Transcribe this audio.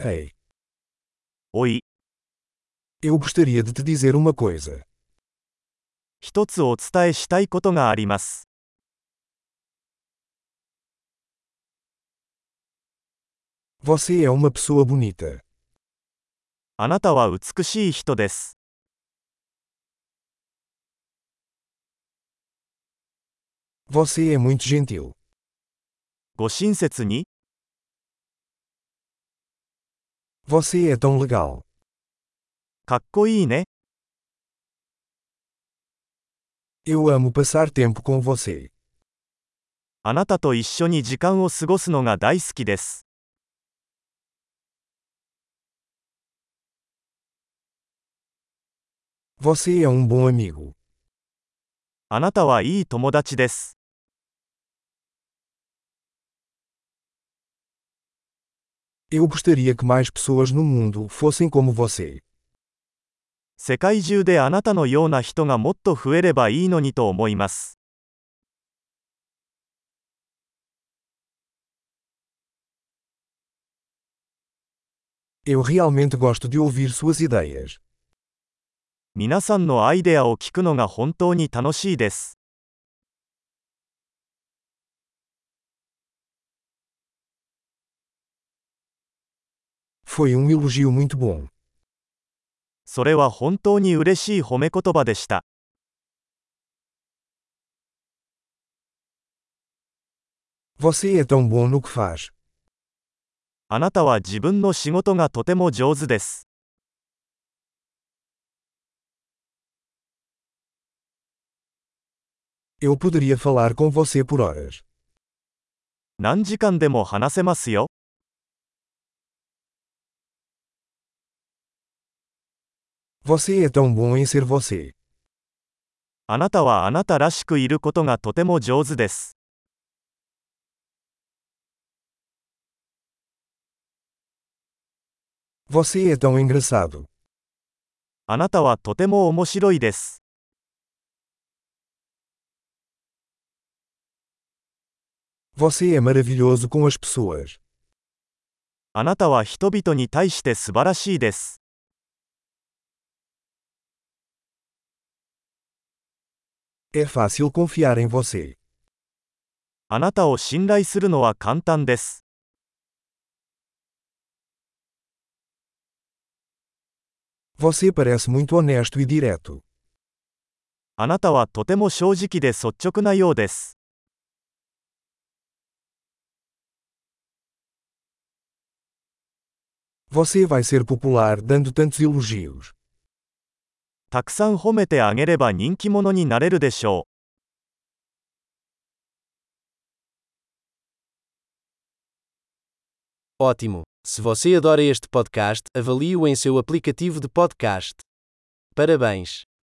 Ei, Oi, eu gostaria de te dizer uma coisa. 一つお伝えしたいことがあります。 Você é uma pessoa bonita. あなたは美しい人です。 Você é muito gentil. ご親切に、 Você é tão legal. かっこいいね。 Eu amo passar tempo com você. あなたと一緒に時間を過ごすのが大好きです。 Você é um bom amigo. あなたはいい友達です。 Eu gostaria que mais pessoas no mundo fossem como você. 世界中であなたのような人がもっと増えればいいのにと思います。 Eu realmente gosto de ouvir suas ideias. 皆さんのアイデアを聞くのが本当に楽しいです。 Foi um elogio muito bom. それは本当に嬉しい褒め言葉でした。 Você é tão bom no que faz. あなたは自分の仕事がとても上手です。 Eu poderia falar com você por horas. 何時間でも話せますよ。 Você é tão bom em ser você. あなたはあなたらしくいることがとても上手です。 Você é tão engraçado. あなたはとても面白いです。 Você é maravilhoso com as pessoas. あなたは人々に対して素晴らしいです。 É fácil confiar em você. あなたを信頼するのは簡単です。 Você parece muito honesto e direto. あなたはとても正直で率直なようです。 Você vai ser popular dando tantos elogios. たくさん褒めてあげれば人気者になれるでしょう。 Ótimo! Se você adora este podcast, avalie-o em seu aplicativo de podcast. Parabéns!